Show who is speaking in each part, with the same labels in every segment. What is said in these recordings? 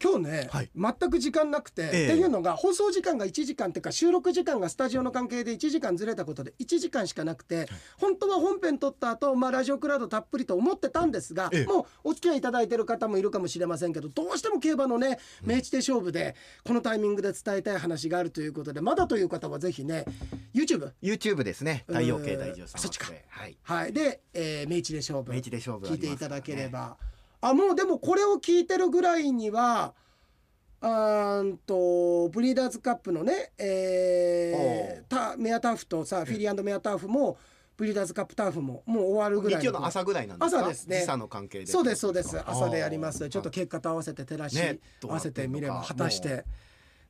Speaker 1: 今日ね、
Speaker 2: はい
Speaker 1: 全く時間なくて、
Speaker 2: ええ
Speaker 1: っていうのが放送時間が1時間っていうか収録時間がスタジオの関係で1時間ずれたことで1時間しかなくて、本当は本編撮った後、まあラジオクラウドたっぷりと思ってたんですが、
Speaker 2: ええ
Speaker 1: もうお付き合いいただいてる方もいるかもしれませんけどどうしても競馬のね明治手勝負でこのタイミングで伝えたい話があるということでまだという方はぜひね YouTube
Speaker 2: YouTube ですね太陽系大女
Speaker 1: うんそっち
Speaker 2: さ
Speaker 1: か
Speaker 2: んはい
Speaker 1: はいで、えー、明治で勝負
Speaker 2: 明治で勝負あ
Speaker 1: 聞い
Speaker 2: ります
Speaker 1: ていただけれ
Speaker 2: ね
Speaker 1: ば、あもうでもこれを聞いてるぐらいにはあーんとブリーダーズカップのね、えータメアターフとさフィリーメアターフもブリーダーズカップターフももう終わるぐらい
Speaker 2: 日曜の朝ぐらいなんですか
Speaker 1: 朝ですね
Speaker 2: 時差の関係で
Speaker 1: そうですそうです朝でやりま
Speaker 2: あ
Speaker 1: す
Speaker 2: ー
Speaker 1: ちょっと結果と合わせて照らし、
Speaker 2: ね
Speaker 1: 合
Speaker 2: どう
Speaker 1: わ
Speaker 2: なって
Speaker 1: せ
Speaker 2: んのか
Speaker 1: てみれば果たし
Speaker 2: も
Speaker 1: て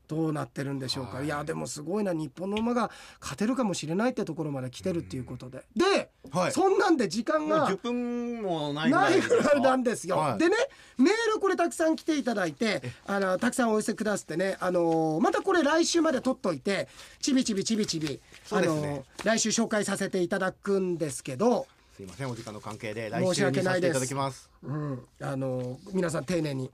Speaker 1: どうなってるんでしょうか
Speaker 2: はい
Speaker 1: いやでもすごいな日本の馬が勝てるかもしれないってところまで来てるっていうことで、で、
Speaker 2: はい
Speaker 1: そんなんで時間
Speaker 2: もう
Speaker 1: が
Speaker 2: 10分もないぐら
Speaker 1: ないい
Speaker 2: ですか
Speaker 1: ぐらいなんですよ。
Speaker 2: はい
Speaker 1: でねメールこれたくさん来ていただいてあのたくさんお寄せくださってね、あのーまたこれ来週まで取っといてちびちびちびちび、
Speaker 2: そうですね
Speaker 1: ー来週紹介させていただくんですけど、
Speaker 2: すいませんお時間の関係で
Speaker 1: 申
Speaker 2: 来
Speaker 1: し
Speaker 2: 週
Speaker 1: 訳
Speaker 2: にさ
Speaker 1: ない
Speaker 2: せ
Speaker 1: です
Speaker 2: ていただきます
Speaker 1: うん、あのー皆さん丁寧に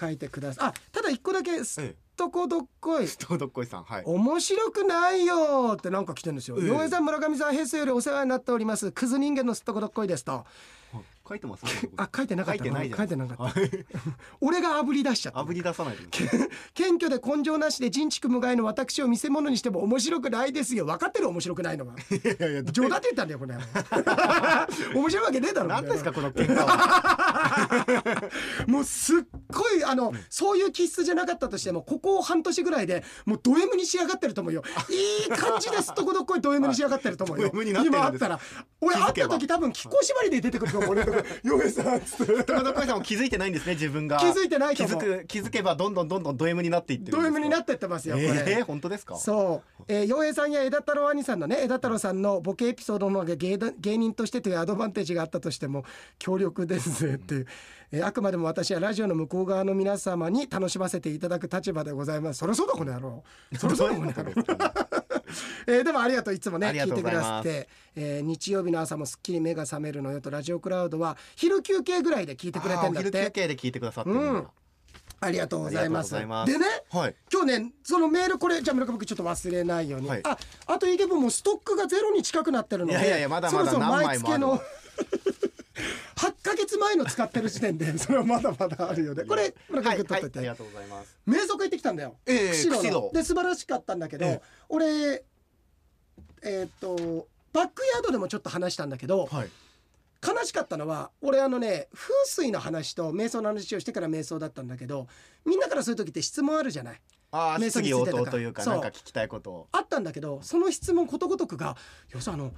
Speaker 1: 書いてください。あただ一個だけすっ
Speaker 2: ええ
Speaker 1: とこどっこい。
Speaker 2: どうどっこいさんはい
Speaker 1: 面白くないよってなんか来てるんですよ。
Speaker 2: ええ
Speaker 1: 洋、平さん、村上さん、平成よりお世話になっております。クズ人間のすっとこどっこいですと。
Speaker 2: 書いてます
Speaker 1: あ、書いてなか
Speaker 2: 書
Speaker 1: っ
Speaker 2: い
Speaker 1: た。
Speaker 2: てないじゃ
Speaker 1: 書いてなかった。俺が炙り出しちゃった。
Speaker 2: 炙り出さないでください
Speaker 1: 謙虚で根性なしで人畜無害の私を見せ物にしても面白くないですよ分かってる面白くないのが
Speaker 2: いやいや
Speaker 1: 冗談で言ったんだよこれ 面白いわけねえだろ
Speaker 2: 何ですか
Speaker 1: み
Speaker 2: この喧嘩
Speaker 1: たい
Speaker 2: は
Speaker 1: なもうすっごいあの、そういう気質じゃなかったとしてもここ半年ぐらいでもうド M に仕上がってると思う よいい感じですとこどっこいド M に仕上がってると思うよ
Speaker 2: ド M になってるん
Speaker 1: 今あっ
Speaker 2: です
Speaker 1: たら俺
Speaker 2: 気
Speaker 1: 会っ
Speaker 2: づけ
Speaker 1: た
Speaker 2: ば
Speaker 1: 時多分亀甲縛りで出てくると思う俺とか「嫁さん」っつって
Speaker 2: どこどっ こいさんも気づいてないんですね自分が
Speaker 1: 気づいてない
Speaker 2: 気
Speaker 1: と思
Speaker 2: づ
Speaker 1: う
Speaker 2: く気づけばどんどんどんどんド M になっていってる
Speaker 1: ド M にな
Speaker 2: っ
Speaker 1: ってってます
Speaker 2: て
Speaker 1: よこれ。
Speaker 2: えー本当ですか
Speaker 1: そう、えー、洋平さんや枝太郎兄さんのね枝太郎さんのボケエピソードの方が芸だ芸人としてというアドバンテージがあったとしても強力ですねっていう、えーあくまでも私はラジオの向こう側の皆様に楽しませていただく立場でございますそりゃそうだこの野郎そりゃ そうだこの野郎、えーでもありがとういつもね
Speaker 2: ありが
Speaker 1: 聞い
Speaker 2: とう
Speaker 1: て
Speaker 2: ご
Speaker 1: く
Speaker 2: ざい
Speaker 1: だ
Speaker 2: ます
Speaker 1: さって、えー日曜日の朝もすっきり目が覚めるのよとラジオクラウドは昼休憩ぐらいで聞いてくれ
Speaker 2: あ
Speaker 1: て
Speaker 2: ー
Speaker 1: ん
Speaker 2: お
Speaker 1: だっ
Speaker 2: 昼休
Speaker 1: て
Speaker 2: 憩で聞いてくださってる
Speaker 1: うんん
Speaker 2: だ
Speaker 1: ありがとうございます
Speaker 2: ありがとうござ
Speaker 1: で
Speaker 2: い
Speaker 1: ね
Speaker 2: ますはい
Speaker 1: 今日ねそのメールこれじゃあ村上君ちょっと忘れないように、
Speaker 2: はい
Speaker 1: ああとイケボもうストックがゼロに近くなってるので
Speaker 2: いやいやいやまだまだ
Speaker 1: そろそろ毎月の
Speaker 2: 何枚も
Speaker 1: 8ヶ月前の使ってる時点で それはまだまだあるよねこれ村上
Speaker 2: は
Speaker 1: 君
Speaker 2: いは
Speaker 1: 取
Speaker 2: い
Speaker 1: っといて、
Speaker 2: ありがとうございます
Speaker 1: 名足行ってきたんだよ、
Speaker 2: ええ
Speaker 1: 釧路の
Speaker 2: 釧路
Speaker 1: で素晴らしかったんだけど、
Speaker 2: ええ
Speaker 1: 俺えーっとバックヤードでもちょっと話したんだけど、
Speaker 2: はい
Speaker 1: 悲しかったのは俺あのね風水の話と瞑想の話をしてから瞑想だったんだけどみんなからそういう時って質問あるじゃない
Speaker 2: ああ
Speaker 1: 瞑想につ
Speaker 2: 質
Speaker 1: い
Speaker 2: 疑
Speaker 1: て
Speaker 2: 応
Speaker 1: とか
Speaker 2: 答というか
Speaker 1: そう
Speaker 2: なんか聞きたいことを
Speaker 1: あったんだけどその質問ことごとくが「よさあの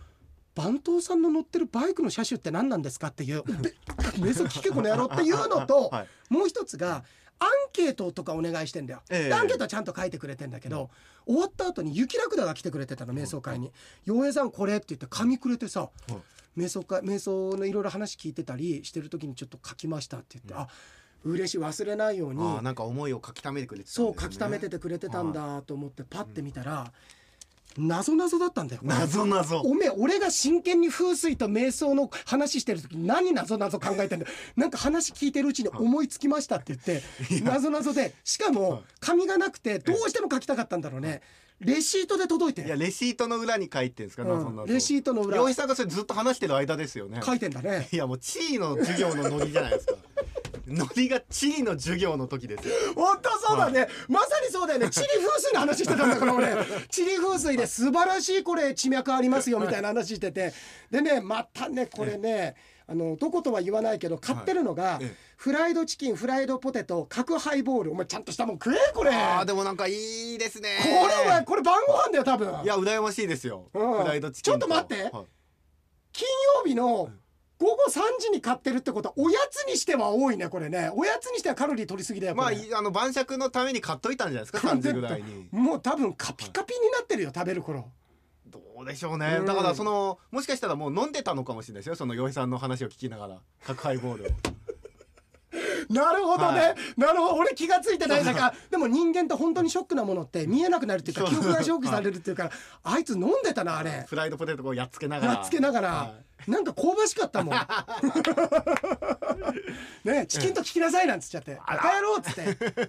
Speaker 1: 番頭さんの乗ってるバイクの車種って何なんですか?」っていう「で瞑想聞けこの野郎」っていうのと、
Speaker 2: はい
Speaker 1: もう一つがアンケートとかお願いしてんだよ、
Speaker 2: ええ
Speaker 1: でアンケートはちゃんと書いてくれてんだけど、終わった後に雪ラクダが来てくれてたの瞑想会に「洋、平さんこれ」って言って紙くれてさ、瞑想会瞑想のいろいろ話聞いてたりしてる時にちょっと書きましたって言って、あ嬉しい忘れないように
Speaker 2: ああなんか思いを書き溜めてくれてたんですね
Speaker 1: そう書き溜めててくれてたんだと思ってパッて見たら、謎謎だったんだよ。
Speaker 2: 謎謎
Speaker 1: おめえ俺が真剣に風水と瞑想の話してる時何謎謎考えてんだよなんか話聞いてるうちに思いつきましたって言って謎謎でしかも紙がなくてどうしても書きたかったんだろうねレシートで届いて
Speaker 2: いやレシートの裏に書いてんですか
Speaker 1: うん
Speaker 2: 謎謎
Speaker 1: レシートの裏
Speaker 2: 洋平さんがそれずっと話してる間ですよね
Speaker 1: 書いてんだね
Speaker 2: いやもう地位の授業のノリじゃな いですかノリが地位の授業の時ですよ
Speaker 1: 本当そうだね、まさにそうだよね地理風水の話してたんだから俺 地理風水で素晴らしいこれ地脈ありますよみたいな話しててでねまたねこれねあのどことは言わないけど買ってるのが、
Speaker 2: ええ
Speaker 1: フライドチキンフライドポテト角ハイボールお前ちゃんとしたもん食えこれこれ
Speaker 2: ああでもなんかいいですね
Speaker 1: お前これ晩ご飯だよ多分
Speaker 2: いや羨ましいですよフ
Speaker 1: うん
Speaker 2: ライドチキン
Speaker 1: ちょっと待って
Speaker 2: はい
Speaker 1: 金曜日の午後3時に買ってるってことはおやつにしては多いねこれねおやつにしてはカロリー取りす ぎだよこ
Speaker 2: まあ
Speaker 1: れ
Speaker 2: い あの晩酌のために買っといたんじゃないですか3時ぐらいに
Speaker 1: もう多分カピカピになってるよ食べる頃。
Speaker 2: どうでしょうね
Speaker 1: うん
Speaker 2: だからそのもしかしたらもう飲んでたのかもしれないですよその洋平さんの話を聞きながら宅配ボールを
Speaker 1: なるほどね、
Speaker 2: はい
Speaker 1: なるほど俺気がついてないなんかでも人間って本当にショックなものって見えなくなるっていうか
Speaker 2: そう
Speaker 1: 記憶が消去されるっていうから、あいつ飲んでたなあれ
Speaker 2: フライドポテトをやっつけながら
Speaker 1: やっつけながら、
Speaker 2: は
Speaker 1: なんか香ばしかった もんねチキンと聞きなさいなんつっちゃって「バカ野郎」っつ って、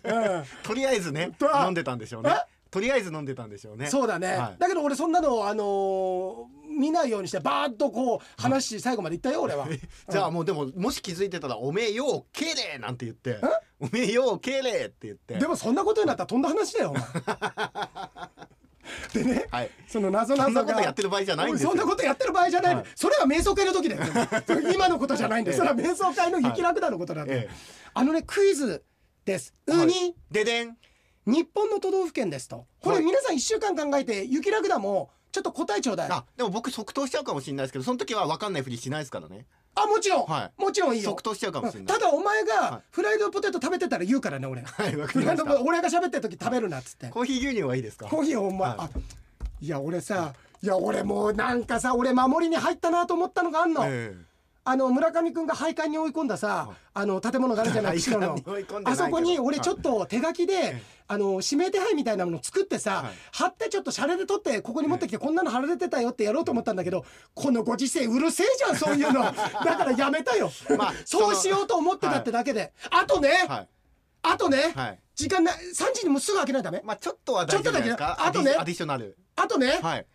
Speaker 1: うん、
Speaker 2: いとりあえず ね
Speaker 1: だ
Speaker 2: 飲んでたんでしょうね
Speaker 1: え
Speaker 2: とりあえず飲んでたんでしょうね
Speaker 1: そうだね、
Speaker 2: はい
Speaker 1: だけど俺そんなのをあのー見ないようにしてバーッとこう話し最後まで言ったよ 俺は
Speaker 2: じゃあもうでももし気づいてたら「おめえようけれ!」なんて言って「おめえようけれ!」って言って
Speaker 1: でもそんなことになったらとんだ話だよお 前でね、
Speaker 2: はい
Speaker 1: その謎
Speaker 2: そんな
Speaker 1: 謎
Speaker 2: こ
Speaker 1: が
Speaker 2: とやってる場合じゃないんですよ
Speaker 1: そんなことやってる場合じゃない、
Speaker 2: はい
Speaker 1: それは瞑想会の時だ よでも今のことじゃないんだよ
Speaker 2: ええ
Speaker 1: それは瞑想会の雪楽だのことなんだよ、
Speaker 2: ええ
Speaker 1: あのねクイズです「
Speaker 2: は
Speaker 1: う
Speaker 2: い
Speaker 1: に、
Speaker 2: ででん
Speaker 1: 日本の都道府県です」とこれ
Speaker 2: はい
Speaker 1: 皆さん1週間考えて雪楽だもちょっと答えちょうだいあ
Speaker 2: あでも僕即答しちゃうかもしれないですけどその時は分かんないふりしないですからね
Speaker 1: もちろん、
Speaker 2: は
Speaker 1: もちろんいいよ
Speaker 2: 即答しちゃうかもしれない
Speaker 1: ただお前
Speaker 2: は
Speaker 1: がフライドポテト食べてたら言うからね 俺
Speaker 2: はいわか
Speaker 1: フ
Speaker 2: り
Speaker 1: ラ
Speaker 2: ま
Speaker 1: イド
Speaker 2: し
Speaker 1: ポテト
Speaker 2: た
Speaker 1: 俺が喋ってる時食べるなっつって
Speaker 2: コーヒー牛乳はいいですか
Speaker 1: コーヒーお前、
Speaker 2: はい
Speaker 1: あいや俺さいや俺もうなんかさ俺守りに入ったなと思ったのがあんの、
Speaker 2: え
Speaker 1: あの村上君が廃館に追い込んださ、あの建物があるじゃない
Speaker 2: 廃
Speaker 1: 白
Speaker 2: 刊
Speaker 1: の
Speaker 2: に追い込んでないけど
Speaker 1: あそこに俺ちょっと手書きで、あの指名手配みたいなもの作ってさ、
Speaker 2: はい
Speaker 1: 貼ってちょっとシャレで撮ってここに持ってきてこんなの貼られてたよってやろうと思ったんだけどこのご時世うるせえじゃんそういうのだからやめたよ、
Speaker 2: まあ
Speaker 1: そうしようと思ってたってだけで、あとね、
Speaker 2: えはい
Speaker 1: あとね、
Speaker 2: はい
Speaker 1: 時間ない3時にもうすぐ開けないとダメ
Speaker 2: まあちょっとは大丈夫じゃないですか
Speaker 1: ちょっとだけあとね
Speaker 2: アディアディショナル
Speaker 1: あとね、
Speaker 2: はい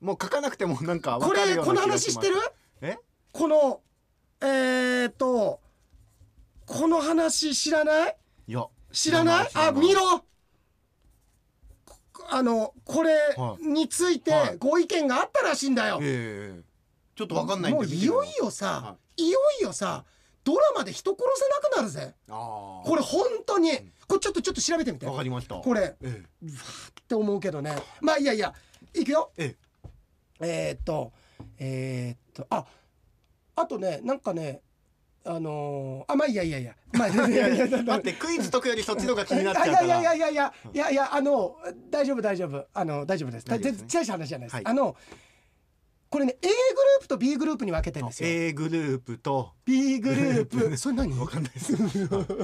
Speaker 2: もう書かなくてもなんか分
Speaker 1: こ
Speaker 2: かる
Speaker 1: れ
Speaker 2: ような
Speaker 1: この
Speaker 2: 気が
Speaker 1: 話
Speaker 2: し
Speaker 1: し
Speaker 2: ます
Speaker 1: てる
Speaker 2: え
Speaker 1: このえー、っとこの話知らない
Speaker 2: いや
Speaker 1: 知らないあ見ろこあのこれ
Speaker 2: はい
Speaker 1: について
Speaker 2: はい
Speaker 1: ご意見があったらしいんだよ、
Speaker 2: ええちょっと分かんないん
Speaker 1: も
Speaker 2: で
Speaker 1: う
Speaker 2: 見て
Speaker 1: い
Speaker 2: みよ
Speaker 1: よ
Speaker 2: う
Speaker 1: いよさ
Speaker 2: は、
Speaker 1: い、よいよさドラマで人殺せなくなるぜ
Speaker 2: あ
Speaker 1: これ本当にこれちょっとちょっと調べてみて
Speaker 2: あ分かりました
Speaker 1: これっ
Speaker 2: え
Speaker 1: て思うけどねまあいいやいいやいくよ
Speaker 2: ええ
Speaker 1: えー、っとえー、っとああとねなんかねあのー、あまあいいやいやいやまあいやいやいや
Speaker 2: え 待ってクイズ解くよりそっちの方が気になっちゃう
Speaker 1: い
Speaker 2: から
Speaker 1: やいやいやいやいやいやいやあの大丈夫大丈夫あの大丈夫です
Speaker 2: 大丈夫ですね
Speaker 1: 全然大した話じゃないです、
Speaker 2: はい
Speaker 1: あのこれね A グループと B グループに分けてるんですよ、
Speaker 2: A グループと
Speaker 1: B グルー プそれ何
Speaker 2: 分かんない です
Speaker 1: 福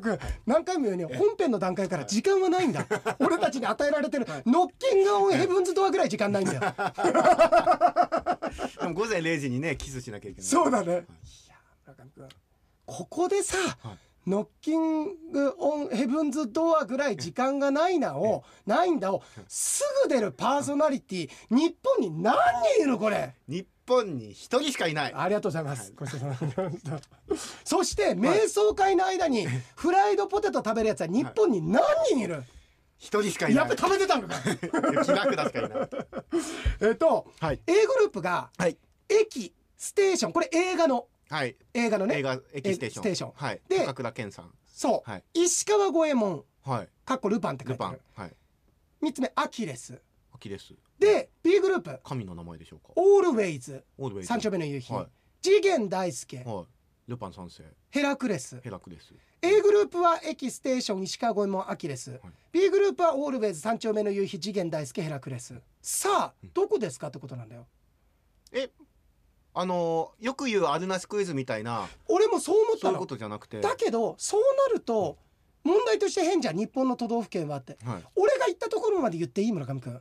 Speaker 1: 君何回も言うように本編の段階から時間はないんだ俺たちに与えられてるノッキングオンヘブンズドアぐらい時間ないんだよ
Speaker 2: でも午前0時にねキスしなきゃいけない
Speaker 1: そうだね。いや村上君ここでさ、ノッキングオンヘブンズドアぐらい時間がないなをないんだをすぐ出るパーソナリティ日本に何人いるこれ。
Speaker 2: 日本に一人しかいない
Speaker 1: ありがとうございます。ごちそうさまでしたそして瞑想会の間にフライドポテト食べるやつは日本に何人いる。
Speaker 2: 一人しかい
Speaker 1: や
Speaker 2: な
Speaker 1: っ
Speaker 2: い
Speaker 1: ぱ食べてたのか。
Speaker 2: 気楽だしかいない
Speaker 1: えっと、
Speaker 2: はい
Speaker 1: A グループが
Speaker 2: はい
Speaker 1: 駅ステーションこれ映画の
Speaker 2: はい
Speaker 1: 映画のね
Speaker 2: 映画駅ステーション
Speaker 1: ステーション
Speaker 2: はい
Speaker 1: で
Speaker 2: 高倉健さん
Speaker 1: そう、
Speaker 2: はい
Speaker 1: 石川五右衛門
Speaker 2: はい
Speaker 1: かっこルパンって書
Speaker 2: ル
Speaker 1: いて
Speaker 2: パ
Speaker 1: あ
Speaker 2: ン
Speaker 1: る
Speaker 2: はい
Speaker 1: 3つ目アキレス
Speaker 2: アキレス
Speaker 1: で B グループ
Speaker 2: 神の名前でしょうか
Speaker 1: オールウェイズ
Speaker 2: オールウェイズ
Speaker 1: 三丁目の夕日、
Speaker 2: はい
Speaker 1: 次元大輔
Speaker 2: はいルパン三世
Speaker 1: ヘラクレス
Speaker 2: ヘラクレス
Speaker 1: A グループは駅ステーション石川五右衛門アキレス、B グループはオールウェイズ三丁目の夕日次元大輔ヘラクレスさあどこですかってことなんだよ
Speaker 2: えあのーよく言うあるなしクイズみたいな
Speaker 1: 俺もそう思っ
Speaker 2: そ
Speaker 1: た
Speaker 2: ういう
Speaker 1: の
Speaker 2: ことじゃなくて
Speaker 1: だけどそうなると問題として変じゃん日本の都道府県はって
Speaker 2: はい
Speaker 1: 俺が言ったところまで言っていい村上君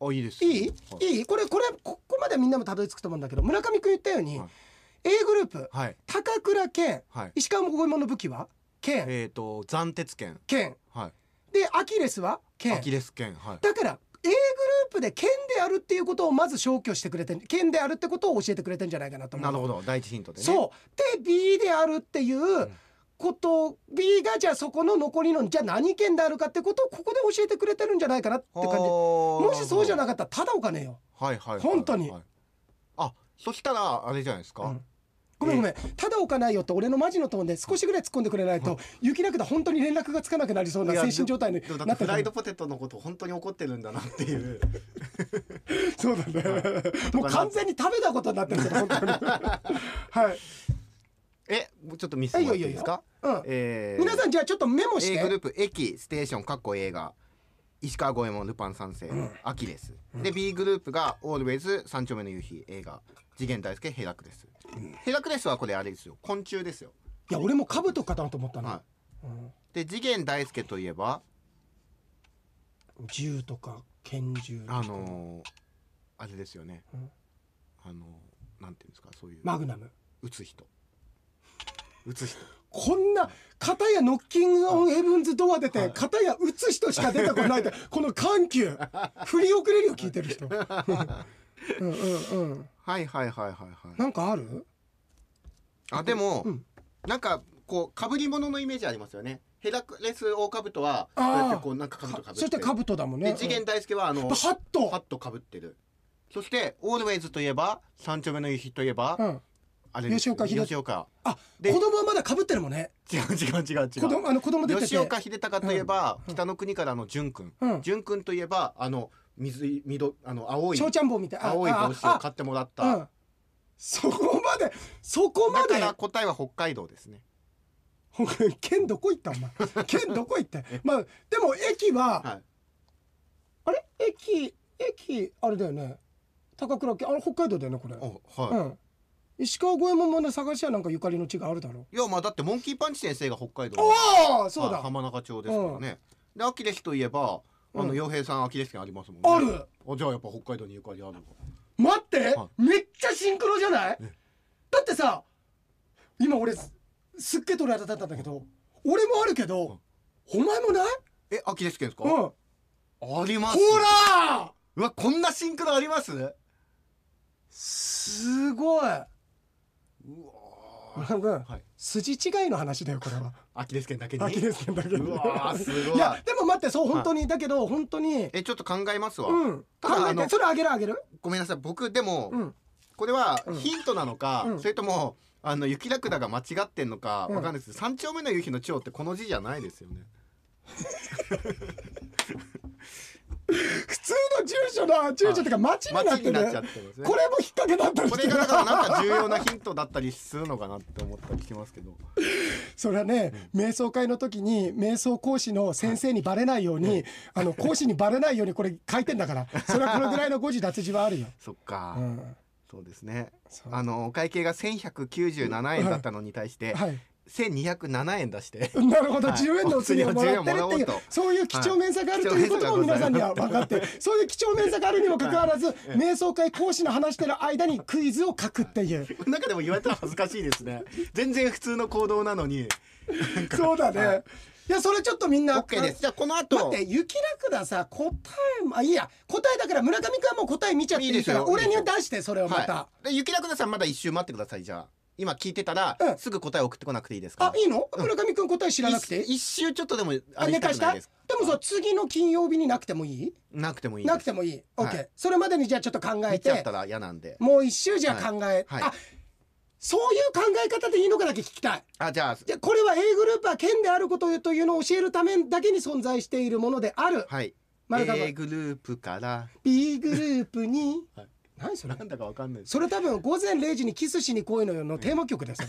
Speaker 2: あいいです
Speaker 1: いい
Speaker 2: はい
Speaker 1: いいこれこれここまではみんなもたどり着くと思うんだけど村上君言ったように、
Speaker 2: はい
Speaker 1: A グループ
Speaker 2: はい
Speaker 1: 高倉健
Speaker 2: はい
Speaker 1: 石川五右衛門の武器は剣
Speaker 2: えっと斬鉄剣
Speaker 1: 剣
Speaker 2: はい
Speaker 1: でアキレスは
Speaker 2: ア
Speaker 1: 剣
Speaker 2: キレス剣はい
Speaker 1: だから A グループで剣であるっていうことをまず消去してくれて剣であるってことを教えてくれてんじゃないかなと思う
Speaker 2: なるほど第一ヒントでね
Speaker 1: そうで B であるっていうこと B がじゃあそこの残りのじゃあ何剣であるかってことをここで教えてくれてるんじゃないかなって感じも
Speaker 2: も
Speaker 1: しそうじゃな
Speaker 2: か
Speaker 1: かったらただお金よ
Speaker 2: はいはいはい
Speaker 1: 本当に
Speaker 2: はいあそしたらあれじゃないですか、
Speaker 1: うんごめんごめん、ただ置かないよって俺のマジのトーンで少しぐらい突っ込んでくれないと、雪なくて本当に連絡がつかなくなりそうない
Speaker 2: や
Speaker 1: 精神状態に
Speaker 2: でもだっ
Speaker 1: な
Speaker 2: て
Speaker 1: って
Speaker 2: フ
Speaker 1: た
Speaker 2: ライドポテトのこと本当に怒ってるんだなっていう
Speaker 1: そうだね、 もう完全に食べたことになってるけど本当 にはい、
Speaker 2: えもうちょっと見せてもらっていいですか
Speaker 1: うん
Speaker 2: え
Speaker 1: 皆さ
Speaker 2: ん
Speaker 1: んじゃあちょっとメモして
Speaker 2: A グループ駅ステーションかっこ映画石川五右衛門ルパン三世、アキレスで B グループがオールウェイズ三丁目の夕日映画次元大介ヘラクレス、ヘラクレスはこれあれですよ昆虫ですよ
Speaker 1: いや俺も兜かなと思ったの、
Speaker 2: は
Speaker 1: うん
Speaker 2: い、で次元大介といえば
Speaker 1: 銃とか拳銃
Speaker 2: あのーあれですよね、
Speaker 1: うん
Speaker 2: あのーなんていうんですかそういう、
Speaker 1: マグナム
Speaker 2: 打つ人打つ人
Speaker 1: こんな片やノッキングオンヘブンズドア出
Speaker 2: は
Speaker 1: て
Speaker 2: い
Speaker 1: 片や打つ人しか出てこない ってこの緩急振り遅れるよ聞いてる人うんうんうん
Speaker 2: はいはいはいはいはい
Speaker 1: なんかある
Speaker 2: あでも、
Speaker 1: うん
Speaker 2: なんかこうかぶり物のイメージありますよねヘラクレスオオカブトはこう
Speaker 1: あー
Speaker 2: やってこうなんかかぶとかぶって
Speaker 1: そして兜だもんね
Speaker 2: で次
Speaker 1: う
Speaker 2: 元
Speaker 1: ん
Speaker 2: 大介はあの、
Speaker 1: ハット
Speaker 2: ハッとかぶってるそしてオールウェイズといえば三丁目の夕日といえば、
Speaker 1: うん、
Speaker 2: あれです
Speaker 1: 吉岡秀
Speaker 2: 吉岡
Speaker 1: あ
Speaker 2: で
Speaker 1: 子供はまだ被ってるもんね
Speaker 2: 違う違う違う違
Speaker 1: 子
Speaker 2: う
Speaker 1: 供あの子供出てて
Speaker 2: 吉岡秀隆といえば、北の国からの淳君、
Speaker 1: うん
Speaker 2: 淳君といえばあの水い緑あの青い
Speaker 1: 翔ちゃん坊みたいな
Speaker 2: 青い帽子を買
Speaker 1: っ
Speaker 2: ってもらった、
Speaker 1: うん、そこまでそこま
Speaker 2: だか
Speaker 1: で
Speaker 2: ら答えは北海道ですね
Speaker 1: ほんとに県どこ行ったお前県どこ行ってまあでも駅は、
Speaker 2: はい
Speaker 1: あれ駅駅あれだよね高倉家あれ北海道だよねこれう
Speaker 2: おはい、
Speaker 1: ん石川五右衛門もね探しはなんかゆかりの地があるだろ
Speaker 2: いやまあだってモンキーパンチ先生が北海道
Speaker 1: うおおそう
Speaker 2: はい
Speaker 1: だ、
Speaker 2: 浜中町ですからね、でアキレスといえばあ
Speaker 1: う
Speaker 2: の
Speaker 1: ん
Speaker 2: 洋平さんアキレス県ありますもんね
Speaker 1: ある
Speaker 2: あじゃあやっぱ北海道にゆかりあるのか
Speaker 1: 待って、
Speaker 2: は
Speaker 1: めっちゃシンクロじゃない
Speaker 2: え
Speaker 1: だってさ今俺すすっげえ取られたったんだけど俺もあるけど、お前もない
Speaker 2: えアキレス県ですか、
Speaker 1: うんほ
Speaker 2: あります
Speaker 1: ら
Speaker 2: うわこんなシンクロありますう
Speaker 1: すごい
Speaker 2: わ
Speaker 1: 村上君、
Speaker 2: はい
Speaker 1: 筋違いの話だよこれは
Speaker 2: アキレス県だけに
Speaker 1: アキレス腱だけで
Speaker 2: うわーすごい
Speaker 1: いやでも待ってそう本当に、だけど本当に
Speaker 2: えちょっと考えますわ、
Speaker 1: うん
Speaker 2: た
Speaker 1: 考
Speaker 2: だあ
Speaker 1: えて
Speaker 2: の
Speaker 1: それあげるあげる
Speaker 2: ごめんなさい僕でも、
Speaker 1: うん
Speaker 2: これは
Speaker 1: うん
Speaker 2: ヒントなのか、
Speaker 1: うん
Speaker 2: それともあの雪ラクダが間違ってんのかわ
Speaker 1: うん
Speaker 2: かんないです、三丁目の夕日の蝶ってこの字じゃないですよね
Speaker 1: 普通の住所だ住所っていうか町になっ
Speaker 2: 町
Speaker 1: て
Speaker 2: に
Speaker 1: る
Speaker 2: なっちゃってますね
Speaker 1: これも引っ掛けだったり
Speaker 2: こ
Speaker 1: し
Speaker 2: れ
Speaker 1: て
Speaker 2: がだからなんか重要なヒントだったりするのかなって思ったりしますけど
Speaker 1: それはね瞑想会の時に瞑想講師の先生にバレないように、あ の講師にバレないようにこれ書いてんだからそれはこのぐらいの誤字脱字はあるよ、
Speaker 2: そっか、
Speaker 1: うん、
Speaker 2: そうですね
Speaker 1: そう
Speaker 2: あのお会計が1197円だったのに対して、
Speaker 1: はい
Speaker 2: 1207円出して
Speaker 1: なるほど、
Speaker 2: はい
Speaker 1: 10円のお釣りをもらってるっていう
Speaker 2: お釣りをもらおうと
Speaker 1: そういう貴重面差がある
Speaker 2: はい
Speaker 1: ということも
Speaker 2: 貴重面
Speaker 1: 皆
Speaker 2: 差が
Speaker 1: さ
Speaker 2: ございます
Speaker 1: んには分かってそういう貴重面差があるにもかかわら ず瞑想会講師の話してる間にクイズを書くっていう
Speaker 2: なんかでも言われたら恥ずかしいですね全然普通の行動なのに
Speaker 1: そうだ
Speaker 2: は
Speaker 1: ねいやそれちょっとみんな
Speaker 2: OK ですじゃあこの
Speaker 1: 待っ
Speaker 2: 後
Speaker 1: て雪楽ださ答えもあいいや答えだから村上君はもう答え見ちゃってい
Speaker 2: いい
Speaker 1: い
Speaker 2: です
Speaker 1: か
Speaker 2: よ
Speaker 1: ら俺に
Speaker 2: いいですよ
Speaker 1: 出してそれをまた、
Speaker 2: はい、で雪楽田さんまだ一周待ってくださいじゃあ今聞いてたら、
Speaker 1: うん
Speaker 2: すぐ答え送ってこなくていいですか
Speaker 1: あいいの村上君答え知らなくていい
Speaker 2: 一一周ちょっとでもあ
Speaker 1: あ
Speaker 2: れ
Speaker 1: 寝
Speaker 2: した
Speaker 1: か
Speaker 2: く
Speaker 1: し
Speaker 2: ない
Speaker 1: た
Speaker 2: で
Speaker 1: ですもさ次の金曜日になくてもいい
Speaker 2: なくてもいいです
Speaker 1: なくてもいい OK、
Speaker 2: はい
Speaker 1: それまでにじゃあちょっと考え
Speaker 2: 見ちゃってたら嫌なんで
Speaker 1: もう一周じゃあ考え、
Speaker 2: はい
Speaker 1: あそういう考え方でいいのかだけ聞きたい
Speaker 2: あじゃあ
Speaker 1: じゃあこれは A グループは県であることというのを教えるためだけに存在しているものである
Speaker 2: はい
Speaker 1: 丸川君
Speaker 2: A グループから
Speaker 1: B グループに、
Speaker 2: はい
Speaker 1: 何それ
Speaker 2: なんだかわかんないです
Speaker 1: それ多分午前0時にキスしに来いのよのテーマ曲ですよ。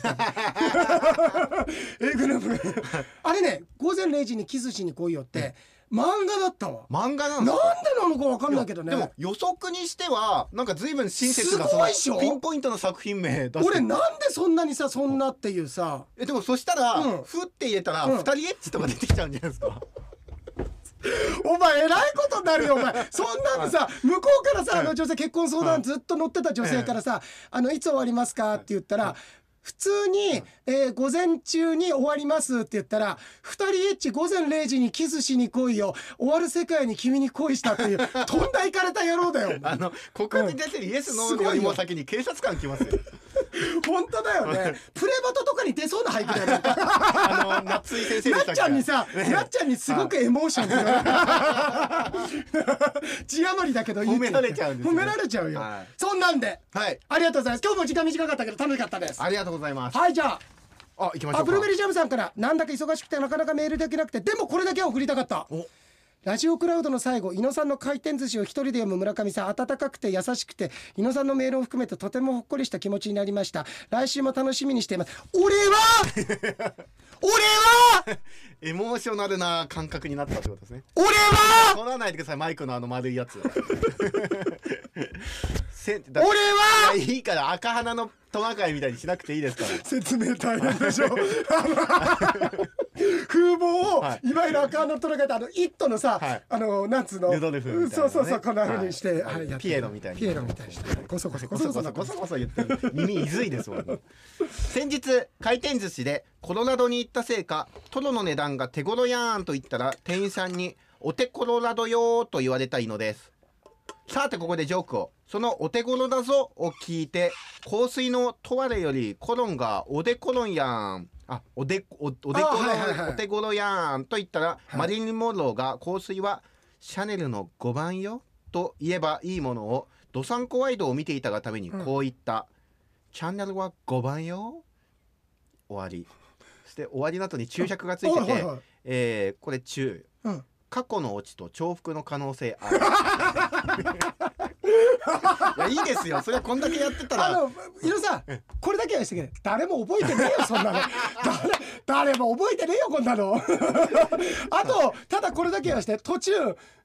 Speaker 1: A グループ。あれね、午前0時にキスしに来いよって漫画だったわ。
Speaker 2: 漫画な
Speaker 1: なん
Speaker 2: ん
Speaker 1: で
Speaker 2: です
Speaker 1: な
Speaker 2: か
Speaker 1: のかわかんないけど
Speaker 2: でも
Speaker 1: ね。
Speaker 2: 予測にしてはなんか随分親切な
Speaker 1: すごいっしょ
Speaker 2: ピンポイントの作品名出して
Speaker 1: 俺なんでそんなにさそんなっていうさ
Speaker 2: えでもそしたら、
Speaker 1: うん
Speaker 2: ふって入れたら、
Speaker 1: うん
Speaker 2: 二人エッチとか出てきちゃうんじゃないですか
Speaker 1: お前えらいことになるよお前 そんなのさ向こうからさあの女性結婚相談ずっと乗ってた女性からさ「あのいつ終わりますか?」って言ったら普通に、えー午前中に終わりますって言ったら「二人エッチ午前0時にキスしに来いよ終わる世界に君に恋した」っ ていうとんだいかれた野郎だよお前
Speaker 2: あの告白に出てるイエスノ
Speaker 1: す
Speaker 2: ー
Speaker 1: ごいよ
Speaker 2: よりも先に警察官来ますよ
Speaker 1: 本当だよねプレバトとかに出そうな俳句だよね
Speaker 2: あの夏井先生で
Speaker 1: な
Speaker 2: し
Speaker 1: った
Speaker 2: っ
Speaker 1: ち
Speaker 2: け
Speaker 1: ゃんにさ、なっちゃんにすごくエモーション字余りだけどいいって言って
Speaker 2: 褒められちゃうんです
Speaker 1: 褒
Speaker 2: ね
Speaker 1: められちゃうよ、
Speaker 2: はい
Speaker 1: そんなんで
Speaker 2: はい
Speaker 1: ありがとうございます今日も時間短かったけど楽しかったです
Speaker 2: ありがとうございます
Speaker 1: はいじゃあ
Speaker 2: あ行きましょ
Speaker 1: あ
Speaker 2: う
Speaker 1: ブルーベリー
Speaker 2: か
Speaker 1: ジャムさんからなんだか忙しくてなかなかメールできなくてでもこれだけは送りたかった
Speaker 2: お
Speaker 1: ラジオクラウドの最後、井野さんの回転寿司を一人で読む村上さん、温かくて優しくて、井野さんのメールを含めて とてもほっこりした気持ちになりました。来週も楽しみにしています。俺は俺は
Speaker 2: エモーショナルな感覚になったってことですね
Speaker 1: 俺は
Speaker 2: 取らないでくださいマイクのあの丸いやつ せんだ
Speaker 1: 俺
Speaker 2: い
Speaker 1: は
Speaker 2: やいいから赤鼻のトナカイみたいにしなくていいですから
Speaker 1: 説明大変でしょ風貌を
Speaker 2: はい
Speaker 1: いわゆる赤のトラカイってあの「イット!」のさ、
Speaker 2: はい
Speaker 1: あのなんつうの
Speaker 2: ルドルフみたいな
Speaker 1: そ
Speaker 2: ね
Speaker 1: うそうそうこんなふうにして、
Speaker 2: はい
Speaker 1: はいやってる
Speaker 2: ピエロみたいな
Speaker 1: ピエロみたいにしてこそこそこ
Speaker 2: こ
Speaker 1: そこそ
Speaker 2: そこそ
Speaker 1: こ
Speaker 2: こ
Speaker 1: そ
Speaker 2: そこそ言ってる耳いずいですもん先日回転寿司でコロラドに行ったせいかトロの値段が手頃やーんと言ったら店員さんに「お手コロラドよー」と言われたいのですさてここでジョークをその「お手頃だぞ」を聞いて香水のトワレよりコロンが「おでコロンやーん」あおでおおでころ、
Speaker 1: あはいはいはい
Speaker 2: お手頃やーんと言ったら、マリリン・モンローが香水はシャネルの5番よと言えばいいものをドサンコワイドを見ていたがためにこう言った、チャンネルは5番よ終わりそして終わりの後に注釈がつい
Speaker 1: おい
Speaker 2: て
Speaker 1: おい
Speaker 2: て
Speaker 1: おい、
Speaker 2: えーこれ注
Speaker 1: うん
Speaker 2: 過去のオチと重複の可能性ある いやいいですよそれはこんだけやってた
Speaker 1: あ
Speaker 2: ら
Speaker 1: の伊野さんこれだけはしてくれ誰も覚えてねえよそんなの誰誰も覚えてねえよこんなのあとただこれだけはして途中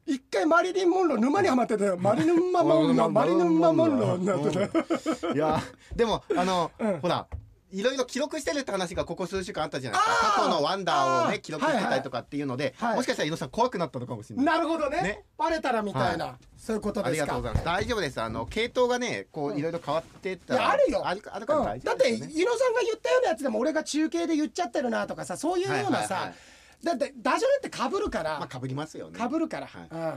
Speaker 1: 一回マリリン・モンロー沼にはまってたよマリヌンマモンローマリヌンマモンローになってたよ
Speaker 2: いやでもあの、
Speaker 1: うん
Speaker 2: ほらいろいろ記録してるって話がここ数週間あったじゃないです
Speaker 1: あー
Speaker 2: か過去のワンダーを
Speaker 1: あー
Speaker 2: ね記録してたりとかっていうので、
Speaker 1: はいはい
Speaker 2: もしかしたら井野さん怖くなったのかもしれない
Speaker 1: なるほどね
Speaker 2: ね
Speaker 1: バレたらみたいな、
Speaker 2: は
Speaker 1: そういうこと
Speaker 2: あ
Speaker 1: で
Speaker 2: り
Speaker 1: す
Speaker 2: がとう
Speaker 1: か
Speaker 2: ございます。大丈夫です。あの系統がね、こういろいろ変わってった
Speaker 1: い
Speaker 2: ら、
Speaker 1: やあるよ
Speaker 2: あるあるから
Speaker 1: う
Speaker 2: 大
Speaker 1: ん
Speaker 2: 丈
Speaker 1: だっ
Speaker 2: 夫
Speaker 1: て
Speaker 2: で
Speaker 1: 伊
Speaker 2: す
Speaker 1: 野
Speaker 2: よね。
Speaker 1: さんが言ったようなやつでも俺が中継で言っちゃってるなとかさそういうようなさ、
Speaker 2: はいはいはい
Speaker 1: だってダジャレってかぶるから、
Speaker 2: まあ被りますよね。
Speaker 1: かぶるから、
Speaker 2: は
Speaker 1: う
Speaker 2: い。
Speaker 1: ん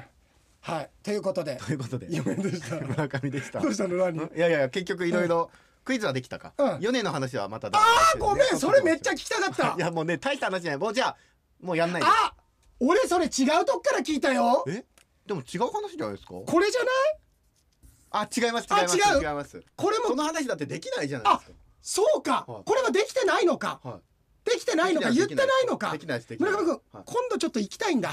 Speaker 1: はいということで
Speaker 2: ということ で、
Speaker 1: 夢でした
Speaker 2: 村上でした。
Speaker 1: どうしたの何
Speaker 2: んいやいやいや結局いろいろクイズはできたか
Speaker 1: うん。
Speaker 2: ヨネの話はまただ。
Speaker 1: あーごめんそれめっちゃ聞
Speaker 2: ゃ。
Speaker 1: きたかった
Speaker 2: いやもうね大した話じゃない。もうじゃあもうやんないで。
Speaker 1: あ俺それ違うとこから聞いたよ
Speaker 2: え？でも違う話じゃないですか。
Speaker 1: これじゃない
Speaker 2: あ違います違います
Speaker 1: あ違う
Speaker 2: 違います。
Speaker 1: これ
Speaker 2: そ
Speaker 1: も
Speaker 2: の話だってできないじゃない
Speaker 1: あ
Speaker 2: ですか。
Speaker 1: そうか
Speaker 2: はい
Speaker 1: これはできてないのか
Speaker 2: はい。
Speaker 1: できてないのか
Speaker 2: でき
Speaker 1: 言っ
Speaker 2: ない
Speaker 1: てないのか
Speaker 2: できないですできない
Speaker 1: 村
Speaker 2: です
Speaker 1: 上君
Speaker 2: はい
Speaker 1: 今度ちょっと行きたいん だ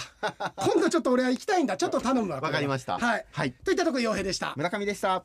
Speaker 1: 今度ちょっと俺は行きたいんだちょっと頼むわ
Speaker 2: わかりました。
Speaker 1: はい
Speaker 2: はい。
Speaker 1: といったところ洋平でした
Speaker 2: 村上でした。